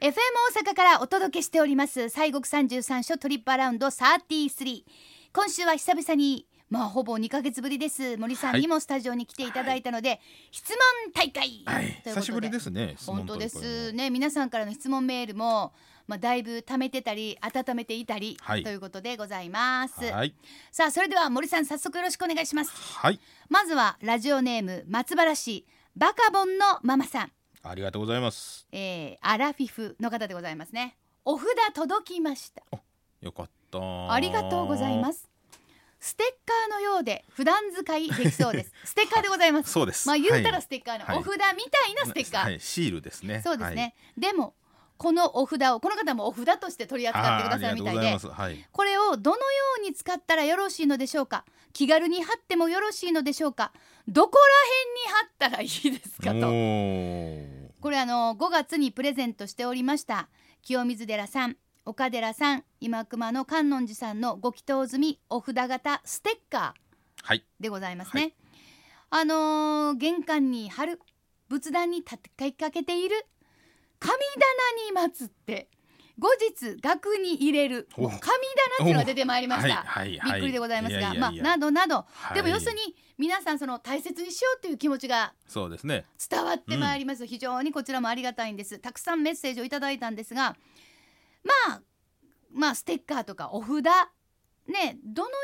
FM 大阪からお届けしております西国三十三所トリップアラウンド33今週は久々にまあほぼ2ヶ月ぶりです森さんにもスタジオに来ていただいたので、質問大会、はい、ということで久しぶりですね。本当ですね。ね皆さんからの質問メールもまあだいぶ溜めてたり温めていたり、はいということでございます、はい、さあそれでは森さん早速よろしくお願いしますはい、まずはラジオネーム松原市バカボンのママさん、ありがとうございます。えー、アラフィフの方でございますねお札届きましたよかった。。ありがとうございますすステッカーのようで普段使いできそう ですステッカーでございますそうです。まあ言ったらはステッカーの、はいお札みたいないステッカー、はい、シールですね。そうですね、でもこのお札をこの方もお札として取りはい。扱ってくあーだありさがるとみたうごいざいでます。はい。これをどのように使ったらよろしいのでしょうか気軽に貼ってもよろしいのでしょうかどこら辺に貼ったらいいですかとおこれあの5月にプレゼントしておりました清水寺さん岡寺さん今熊の観音寺さんのご祈祷済みお札型ステッカはい。ーでございますね、あのー玄関に貼る仏壇に立てかけている神棚に祀って後日額に入れるおもう神棚っていうのが出てまいりました、はい、はい、びはっい。くりでございますがややまあやなどなど、はいでも要するに皆さんその大切にしようという気持ちがそうですね。伝わってまいります、非常にこちらもありがたいんですたくさんメッセージをいただいたんですがまあまあステッカーとかお札ねどのよ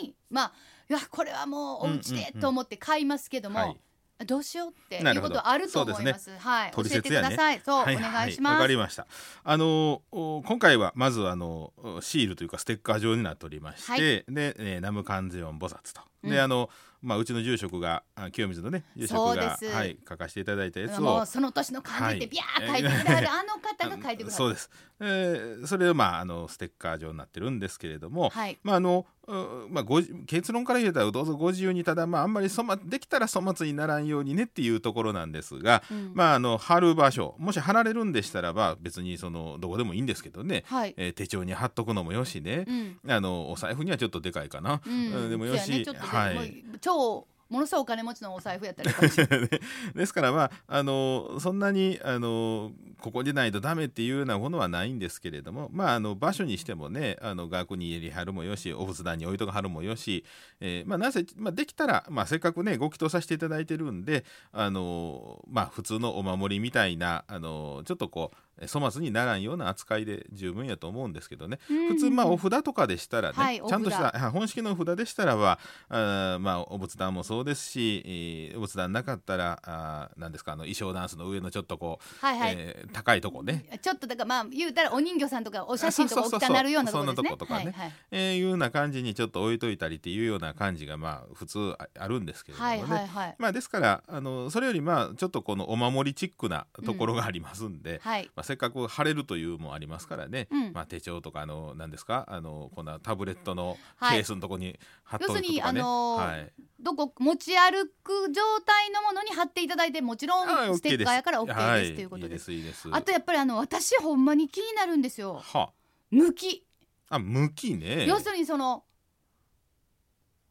うにまあいやこれはもうお家うんうんでうんと思って買いますけども、はい。どうしようってないるうほこどとはあると思いますはい教取えて説くやだねさいそう、はいお願いしはまわすかりました。あのお今回はまずあのおシールというかステッカー状になっておりまして、はいで、えー南無観世音菩薩と、うんであのまあうちの住職があ清水のね住職がそうですはい書かせていただいたやつもをう。その年の漢字ってはビいャー書いてくれはる、あの方が書いてくれはるそうです、えーそれをまああのステッカー状になってるんですけれども、はいまああのうまあ、ご結論から言うたらどうぞご自由にただ、まあ、あんまり粗末できたら粗末にならんようにねっていうところなんですが、うんまあ、あの貼る場所もし貼られるんでしたらば別にそのどこでもいいんですけどね、はい、えー手帳に貼っとくのもよしねう、んあのお財布にはちょっとでかいかな、うん、うんでもよし、そうやね、ちょっとでも、はい、超ものすごいお金持ちのお財布やったりとかしてですからまああのそんなにあのここでないとダメっていうようなものはないんですけれどもまああの場所にしてもねあの額に入れはるもよしお仏壇に置いとかはるもよし、えーまあなぜ、まあ、できたら、まあ、せっかくねご祈祷させていただいてるんであのまあ普通のお守りみたいなあのちょっとこうえ粗末にならんような扱いで十分やと思うんですけどねうん普通まあお札とかでしたらね、はいおちゃんとした札あ本式のお札でしたらばあーまあお仏壇もそうですし、えーお仏壇なかったらあーなんですかあの衣装ダンスの上のちょっとこう、はいはい、えー高いとこね、ちょっとだからまあ言うたらお人形さんとかお写真とか置きたなるようなとこですね。そうそうそうそうそんなとことかねはいはいえーいうような感じにちょっと置いといたりっていうような感じがまあ普通ああるんですけれどもはね。いはいはい。まあ、ですからあのそれよりまあちょっとこのお守りチックなところがありますんで、はい。まあ、せっかく晴れるというもありますからね、うんまあ、手帳とかあの何ですかあのこんなタブレットのはいケースのとこに貼っとくとか、ね要するにあのーはいどこ持ち歩く状態のものに貼っていただいてもちろあんステッカーやから OK です、はいということです。いいですいいですあとやっぱりあの私ほんまに気になるんですよ。は向き。あ向きね要するにその、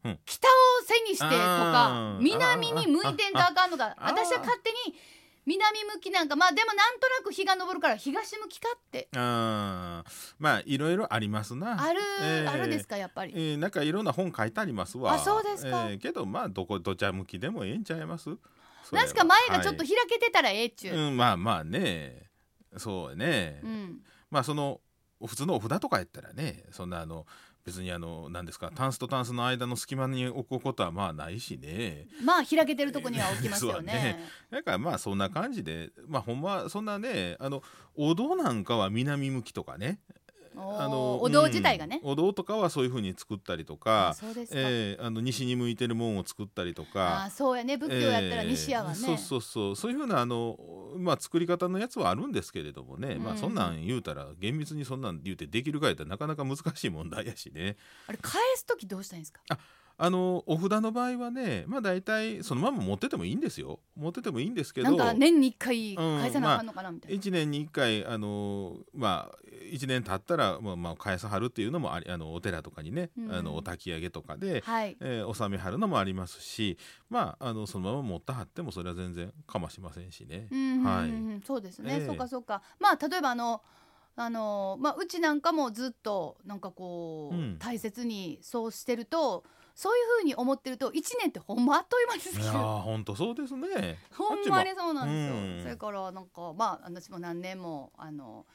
うん北を背にしてとかあー南に向いてんとあかんのかあー私は勝手に南向きなんかまあでもなんとなく日が昇るから東向きかってあーまあいろいろありますなある、えーあるですかやっぱり。えーなんかいろんな本書いてありますわあそうですかえーけどまあどこどちゃ向きでもええんちゃいますそれなはんすか前がちょっと開はけてたらええっちいゅう。うん、まあまあねそうね、うんまあその普通のお札とかやったらねそんなあの別にあの何ですかタンスとタンスの間の隙間に 置くことはまあないしねまあ開けてるとこには置きますよそうねね。だからまあそんな感じでまあほんまそんなねあのお堂なんかは南向きとかねああのお堂自体がね。うんお堂とかはそういうふうに作ったりとあかそうですか。えーあの西に向いてるもんを作ったりとあかーそうやね仏教やったら西やわね。えーそうそうそうそういうふうなあの、まあ、作り方のやつはあるんですけれどもね、うまあんそんなん言うたら厳密にそんなん言うてできるかやったらなかなか難しい問題やしねあれ返す時どうしたらいいんですか。あのお札の場合はねまあ大体そのまま持っててもいいんですよ持っててもいいんですけなどんか年に一回返さなあかんのかなみたいな。 1年に1回あのまあ1年経ったら、まあ、まあ返さはるっていうのもありあのお寺とかにね、うんあのお焚き上げとかで、はい。えー納めはるのもありますしまああのそのまま持ってはってもそれは全然かましませんしね。うんうんはういんうんそうですね、ええそうかそうかまあ例えばあのあのまあうちなんかもずっとなんかこう、うん大切にそうしてるとそういうふうに思ってると一年ってほんまあっという間に過いぎやるーほんとそうですね。ほんまにそうなんですよ、うんそれからなんかまあ私も何年もあの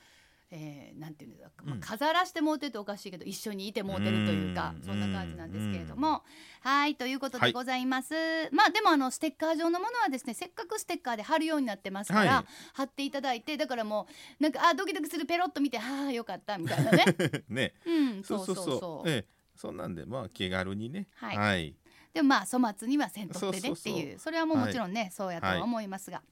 えー、なんていうんですか、まあうん飾らしてもうてるとおかしいけど一緒にいてもうてるというかうんそんな感じなんですけれどもはいということではいございます、まあでもあのステッカー状のものはですねせっかくステッカーで貼るようになってますから、は貼っていただいてだからもうなんかあドキドキするペロッと見てはあよかったみたいなね、 い ね うん、そうそうそうそうええそうなんでまあ気軽にね。はいはいでもまあ粗末にはせんとってねっていうそそうそうそれはもうもちろんね、そうやとは思いますが、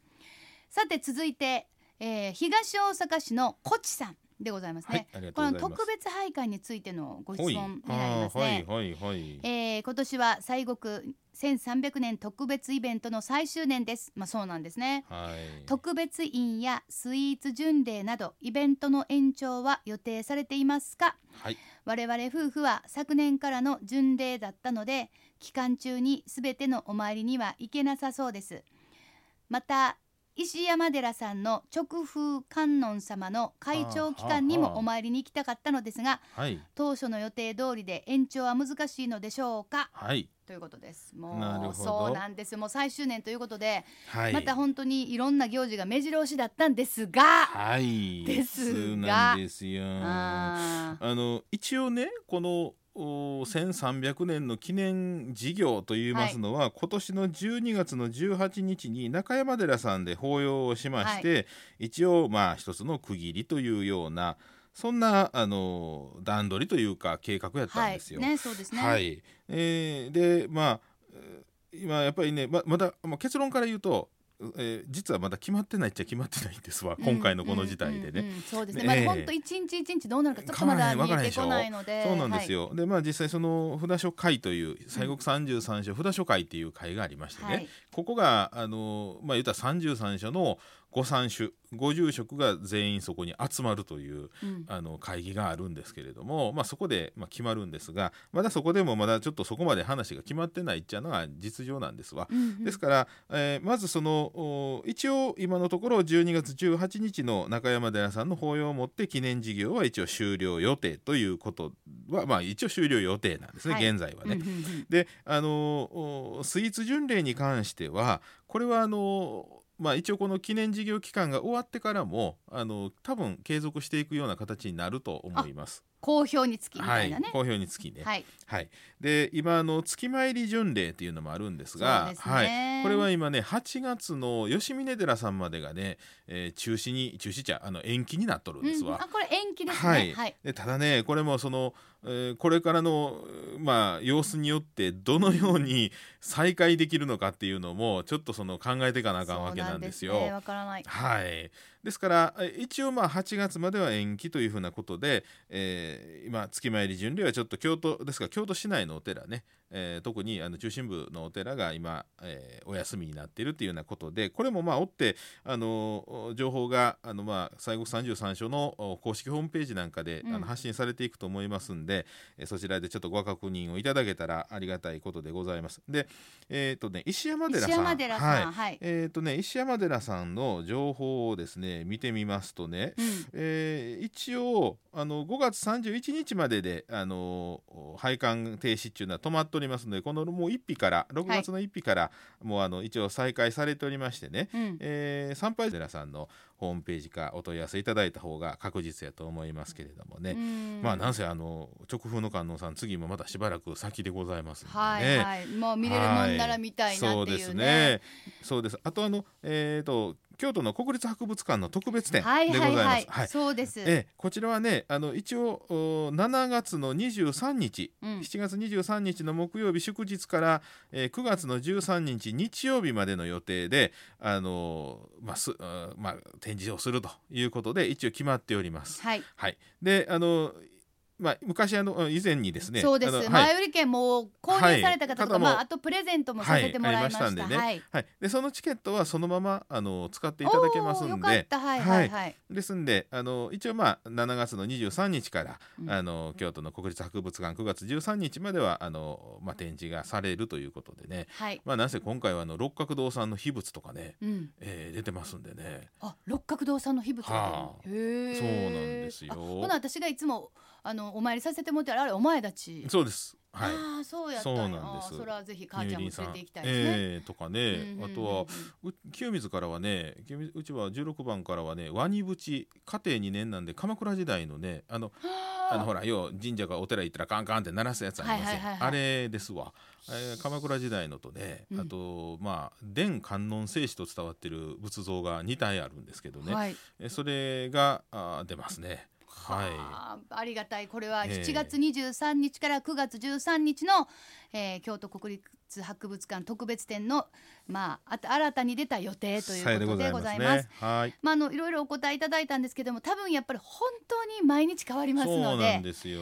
さて続いて、えー、東大阪市のコチさんでございますね、はい、ありがことうのございます。特別拝観についてのご質はい問になりますね、あーはいはいはい。えー今年は西国1300年特別イベントの最終年ですまあそうなんですねはい。特別飲やスイーツ巡礼などイベントの延長は予定されていますかはい。我々夫婦は昨年からの巡礼だったので期間中に全てのお参りには行けなさそうですまた石山寺さんの直風観音様の会長期間にあーはーはもーお参りに行きたかったのですがはい。当初の予定通りで延長は難しいのでしょうかはい。ということですなもるうほどそうなんですもう最終年ということで、はい。また本当にいろんな行事が目白押しだったんですが、はい。ですがそうなんですよ。ああーの一応ねこの。お1300年の記念事業といいますのは、今年の12月の18日に中山寺さんで法要をしまして、一応まあ一つの区切りというようなそんなあの段取りというか計画やったんですよ。はいねそうですね、はいえーでまあえー今やっぱりねままだ、まあ、結論から言うと、えー実はまだ決まってないっちゃ決まってないんですわ今回のこの事態うでね。んうんうんうんそうですね。ねまえだえ本当一日一日どうなるかちょっとまだわ見からへんえてこないので、そうなんですよ、でまあ実際その札所会という西国三十三所札所会っていう会がありましてはね、い。はい。ここがあのまあ言ったら三十三所の御三種ご住職が全員そこに集まるといううんあの会議があるんですけれども、まあ、そこで、まあ、決まるんですがまだそこでもまだちょっとそこまで話が決まってないっていうのが実情なんですわ。うんうんですから、えーまずそのお一応今のところ12月18日の中山寺さんの法要をもって記念事業は一応終了予定ということは、まあ、一応終了予定なんですね、はい現在はね。うんうんうんであのおスイーツ巡礼に関してはこれはあのまあ、一応この記念事業期間が終わってからもあの多分継続していくような形になると思います。好評につきみたはいいなね、。好評につきね。はい。はい。で今あの月参り巡礼っていうのもあるんですそうが、ですねはい。これは今ね8月の吉峰寺さんまでがね、えー中止に中止じゃあの延期になっとるんですうんわ。あ、これ延期ですはね。いはい。でただねこれもその、えーこれからの、えーまあ、様子によってどのように再開できるのかっていうのもちょっとその考えていかなあかんわけなんですよ。そうねわからない。はい、ですからえ一応まあ8月までは延期というふうなことで、えー今月参り巡礼はちょっと京都ですから京都市内のお寺ね、えー特にあの中心部のお寺が今、えーお休みになっているというようなことでこれもまあ追って、あのお情報があの、まあ、西国33所のお公式ホームページなんかで、あうんの発信されていくと思いますんで、えーそちらでちょっとご確認をいただけたらありがたいことでございます。で、えーとね、石山寺さん石山寺はいさん、はい。えーとね、石山寺さんの情報をですね見てみますとね、うんえー一応あの5月31日までで、あのー拝観停止っていうのは止まっておりますのでこのもう1日から6月の1日から、もうあの一応再開されておりましてね、うん。えー参拝寺さんのホームページかお問い合わせいただいた方が確実やと思いますけれどもね、うんまあなんせあの直風の観音さん次もまたしばらく先でございますんでね。はいはい。もう見れるもんなら見たいなそっうてでいすうね。ね。そうです。あとあのえっ、と京都の国立博物館の特別展ではいござはいいます。ははいい。そうです。ええこちらはねあの一応お7月の23日、うん7月23日の木曜日祝日から、えー9月の13日日曜日までの予定であのーまあすあーまあ展示をするということで一応決まっております。はい。はい、であのまあ、昔あの以前にですねそうです、あのはい前売り券も購入された方とか、はまいただもうあ、あとプレゼントもさせてもらいました,、はいありましたんでねはい、でそのチケットはそのままあの使っていただけますおーよんかっでたはいはいはい、ですんであの一応まあ7月の23日から、うんあの京都の国立博物館9月13日まではあの、まあ、展示がされるということでね、はいまあ、なんせ今回はあの六角堂さんの秘仏とかね、うん、えー出てますんでねあ六角堂さんの秘仏みたいな、はあへそうーなんですよあほな私がいつもあのお参りさせてもらってるあれお前たちそうですはいああそうやったんそやうなんですあーそれはぜひ母ちゃんも連れて行きたいですね、えーとかね、うんうんうんあとはう清水からはね清水うちは16番からはねワニブチ家庭2年なんで鎌倉時代のねあのはああのほら要は神社がお寺行ったらカンカンって鳴らすやつありまはいはすいよはいはいあれですわ、えー鎌倉時代のとね、うんあとまあ伝観音聖子と伝わってる仏像が2体あるんですけどね、はいえそれがあー出ますねははあありがたいこれはええ7月23日から9月13日の、えー京都国立博物館特別展の、まあ、あと新たに出た予定いといさよううことでございます。ねはいまあ、あのいろいろお答えいただいたんですけども多分やっぱり本当に毎日変わりますそうのなでんですよ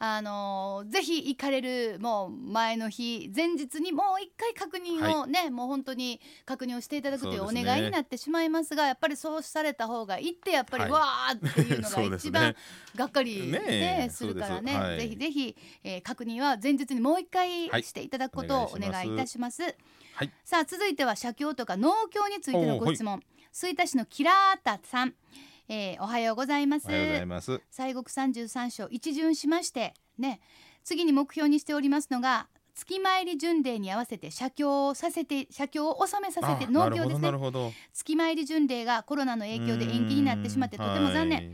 あのーぜひ行かれるもう前の日前日にもう一回確認をね、もう本当に確認をしていただくというおそ願うですねいになってしまいますがやっぱりそうされた方が行ってやっぱり、はいわーっていうの そうがです一ね番がっかり、ねねえするからね、そうですはいぜひぜひ、えー確認は前日にもう一回はいしていただくことをおお願いします願いいたします。はいさあ続いては写経とか農協についてのご質問吹田市のキラータさん、えーおはようございますおはようございます西国三十三章一巡しましてね次に目標にしておりますのが月参り巡礼に合わせて写経をさせて写経を納めさせてあ農協ですねなるほどなるほど月参り巡礼がコロナの影響で延期になってしまってとても残念、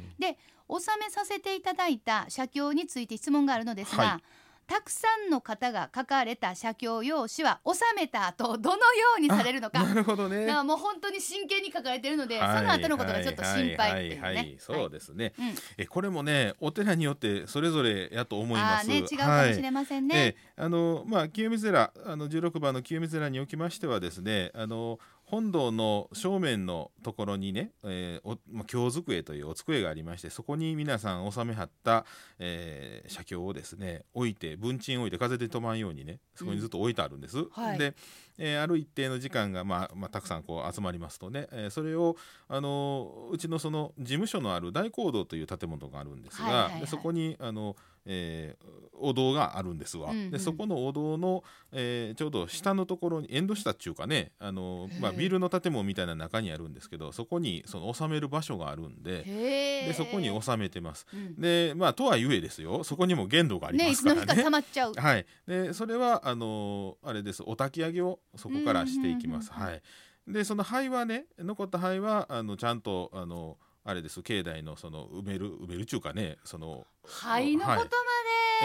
納めさせていただいた写経について質問があるのですが、はたくさんの方が書かれた写経用紙は納めた後どのようにうーんされるのか あなるほどねだからもう本当に真剣に書かれてるので、はいその後のことがちょっと心配っていうね。ははははそうですね、はいうんえこれもねお寺によってそれぞれやと思いまあーすね違うかもしはいれませんね。ええあのまあ清水寺あの16番の清水寺におきましてはですねあの本堂の正面のところにね、えーおまあ経机というお机がありましてそこに皆さん納めはった、えー写経をですね置いて文鎮置いて風で止まんようにねそこにずっと置いてあるんです。はいで、えーある一定の時間が、まあまあ、たくさんこう集まりますとね、えーそれをあのうちのその事務所のある大講堂という建物があるんですが、はいはいはいでそこにあの、えーお堂があるんですわ。うんうんでそこのお堂の、えーちょうど下のところに縁戸下っていうかねあの、まあ、へえビルの建物みたいな中にあるんですけどそこにその収める場所があるんでへえ。でそこに収めてます。うんでまあとはいえですよそこにも限度がありねまいすつかのら日ねか。溜まっちゃう。はい、でそれはあのーあれですお焚き上げをそこからしていきます。うんうんうんはい、でその灰はね残った灰はあのちゃんとあのあれです境内のその埋める埋めるっちゅうかねその、灰のことまで。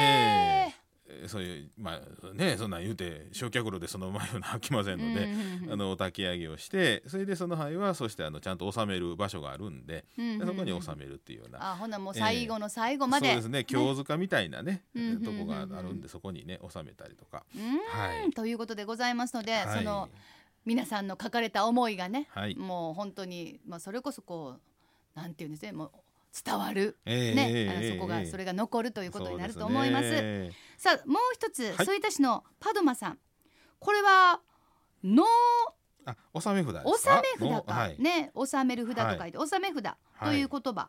えーそういうまあねそんなん言うて焼却炉でその前を吐きませんので。あのお焚き上げをしてそれでその灰はそしてあのちゃんと収める場所があるんででそこに収る。めるっていうようなあほなもう最後の最後まそうで。ですね京塚みたいなねうんうんとこがあうんるうんんでそこにね収めたりとか。うんはいということでございますので、はいその皆さんの書かれた思いがね、はいもう本当にまあそれこそこうなんていうんですねもう伝わる。ええね、ええあえのえそこが、ええそれが残るということになると思そういでますす。ねさあもう一つ、はい吹田市のパドマさんこれは納あ、納め札ですか。納め札のか、はい。ね納める札と書いて、納め札という言葉、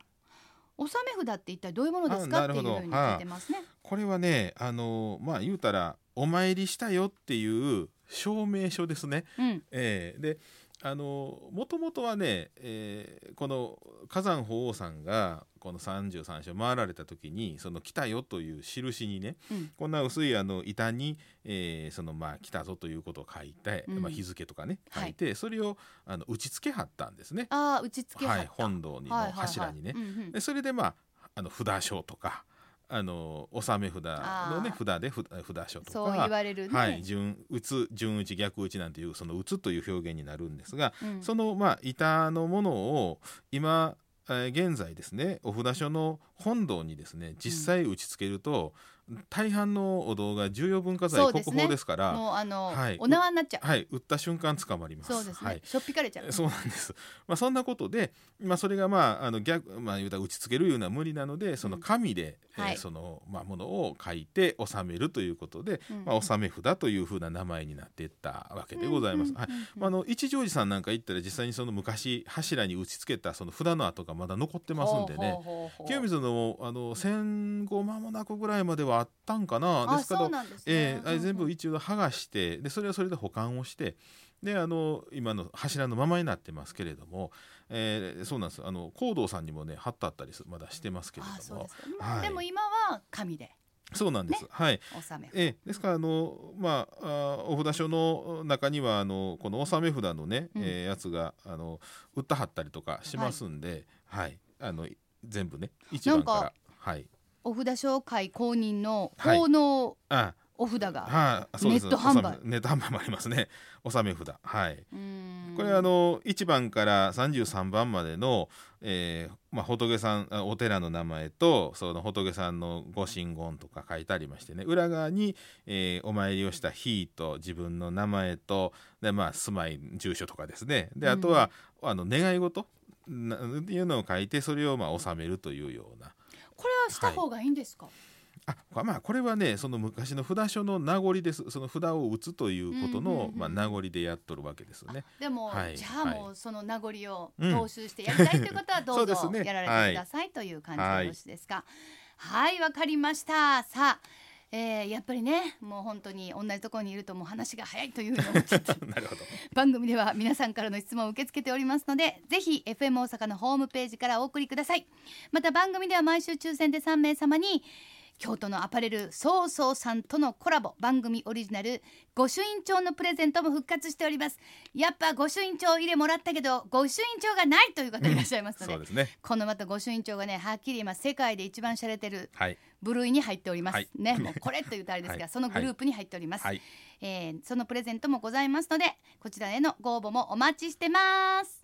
納め札って一体どういうものですかあなってるいうほふうどに聞いてますね、これはね、あのまあ言うたらお参りしたよっていう証明書ですね。うんええで。あのもともとはね、ええこの火山法王さんがこの33章回られた時にその来たよという印にね、うんこんな薄いあの板に、ええそのまあ来たぞということを書いて、うんまあ、日付とかねはい書いて、それをあの打ち付けはったんですね。ああ打ち付けははったい、本堂にはいはいはのい柱にねう。んうんでそれでまああの札書とかあの納め札のねあ札でふ札書とそう言か。われるね、はい、順打つ順打ち逆打ちなんていうその打つという表現になるんですが、うんそのまあ板のものを今、えー現在ですねお札所の本堂にですね実際打ち付けると、大半のお堂が重要文化財、そうで国すね宝ですから、もうあの、はいお縄になっちゃう、はい、売った瞬間捕まります。そうですね、はいしょっぴかれちゃうそうなんです。まあそんなことで、まあそれがまああの逆まあ言うたら打ちつけるような無理なので、その紙で、うんはいえーそのまあものを書いて納めるということで、うんまあ納め札というふうな名前になっていったわけでございます。うんうんはいうんうん。まああの一乗寺さんなんか行ったら実際にその昔柱に打ちつけたその札の跡がまだ残ってますんでね。ほうほうほうほう清水のあの戦後間もなくぐらいまではあったんかな。であすそけうど、なんですね、ええあれうんうん全部一応剥がしてでそれはそれで保管をしてであの今の柱のままになってますけれども、えーそうなんですあの高堂さんにもね貼ってあったりすまだしてますけれあそどうでもすかまあはいでも今は紙でそうなんです、はい納めええ、ですからあの、まあ、あーお札所の中にはあのこの納め札のね、うんえーやつがあの売ったはったりとかしますんで、はいあのい全部ね一番からなんかはいお札商会公認のはい奉納あお札が、はいそうですネット販売納めネット販売もありますね納め札はいうーんこれあの1番から33番までの、えーまあ、仏さんあお寺の名前とその仏さんの御神言とか書いてありましてね裏側に、えーお参りをした日と自分の名前とで、まあ、住まい住所とかですねであとは、あの願い事なっていうのを書いてそれをまあ納めるというようなこれはした方がいいんですか、あこまあこれはねその昔の札所の名残ですその札を打つということうんうんのう、んまあ、名残でやっとるわけですよね。でも、はいじゃあもうその名残をうん踏襲してやりたいという方はどうそぞうですねやられてくださいという感じではいよろしいですかはいわ、かりましたさあ、えー、やっぱりねもう本当に同じところにいるともう話が早いというように思ってて なるほど番組では皆さんからの質問を受け付けておりますのでぜひ FM 大阪のホームページからお送りくださいまた番組では毎週抽選で3名様に京都のアパレルそうそうさんとのコラボ番組オリジナル御朱印帳のプレゼントも復活しておりますやっぱ御朱印帳入れもらったけど御朱印帳が ないという方いらっしゃいますので,、そうですねこのまた御朱印帳がねはっきり今世界で一番洒落てるはい部類に入っております、はいねもうこれというとあれですが、 はいそのグループに入っております、はいえーそのプレゼントもございますのでこちらへのご応募もお待ちしてます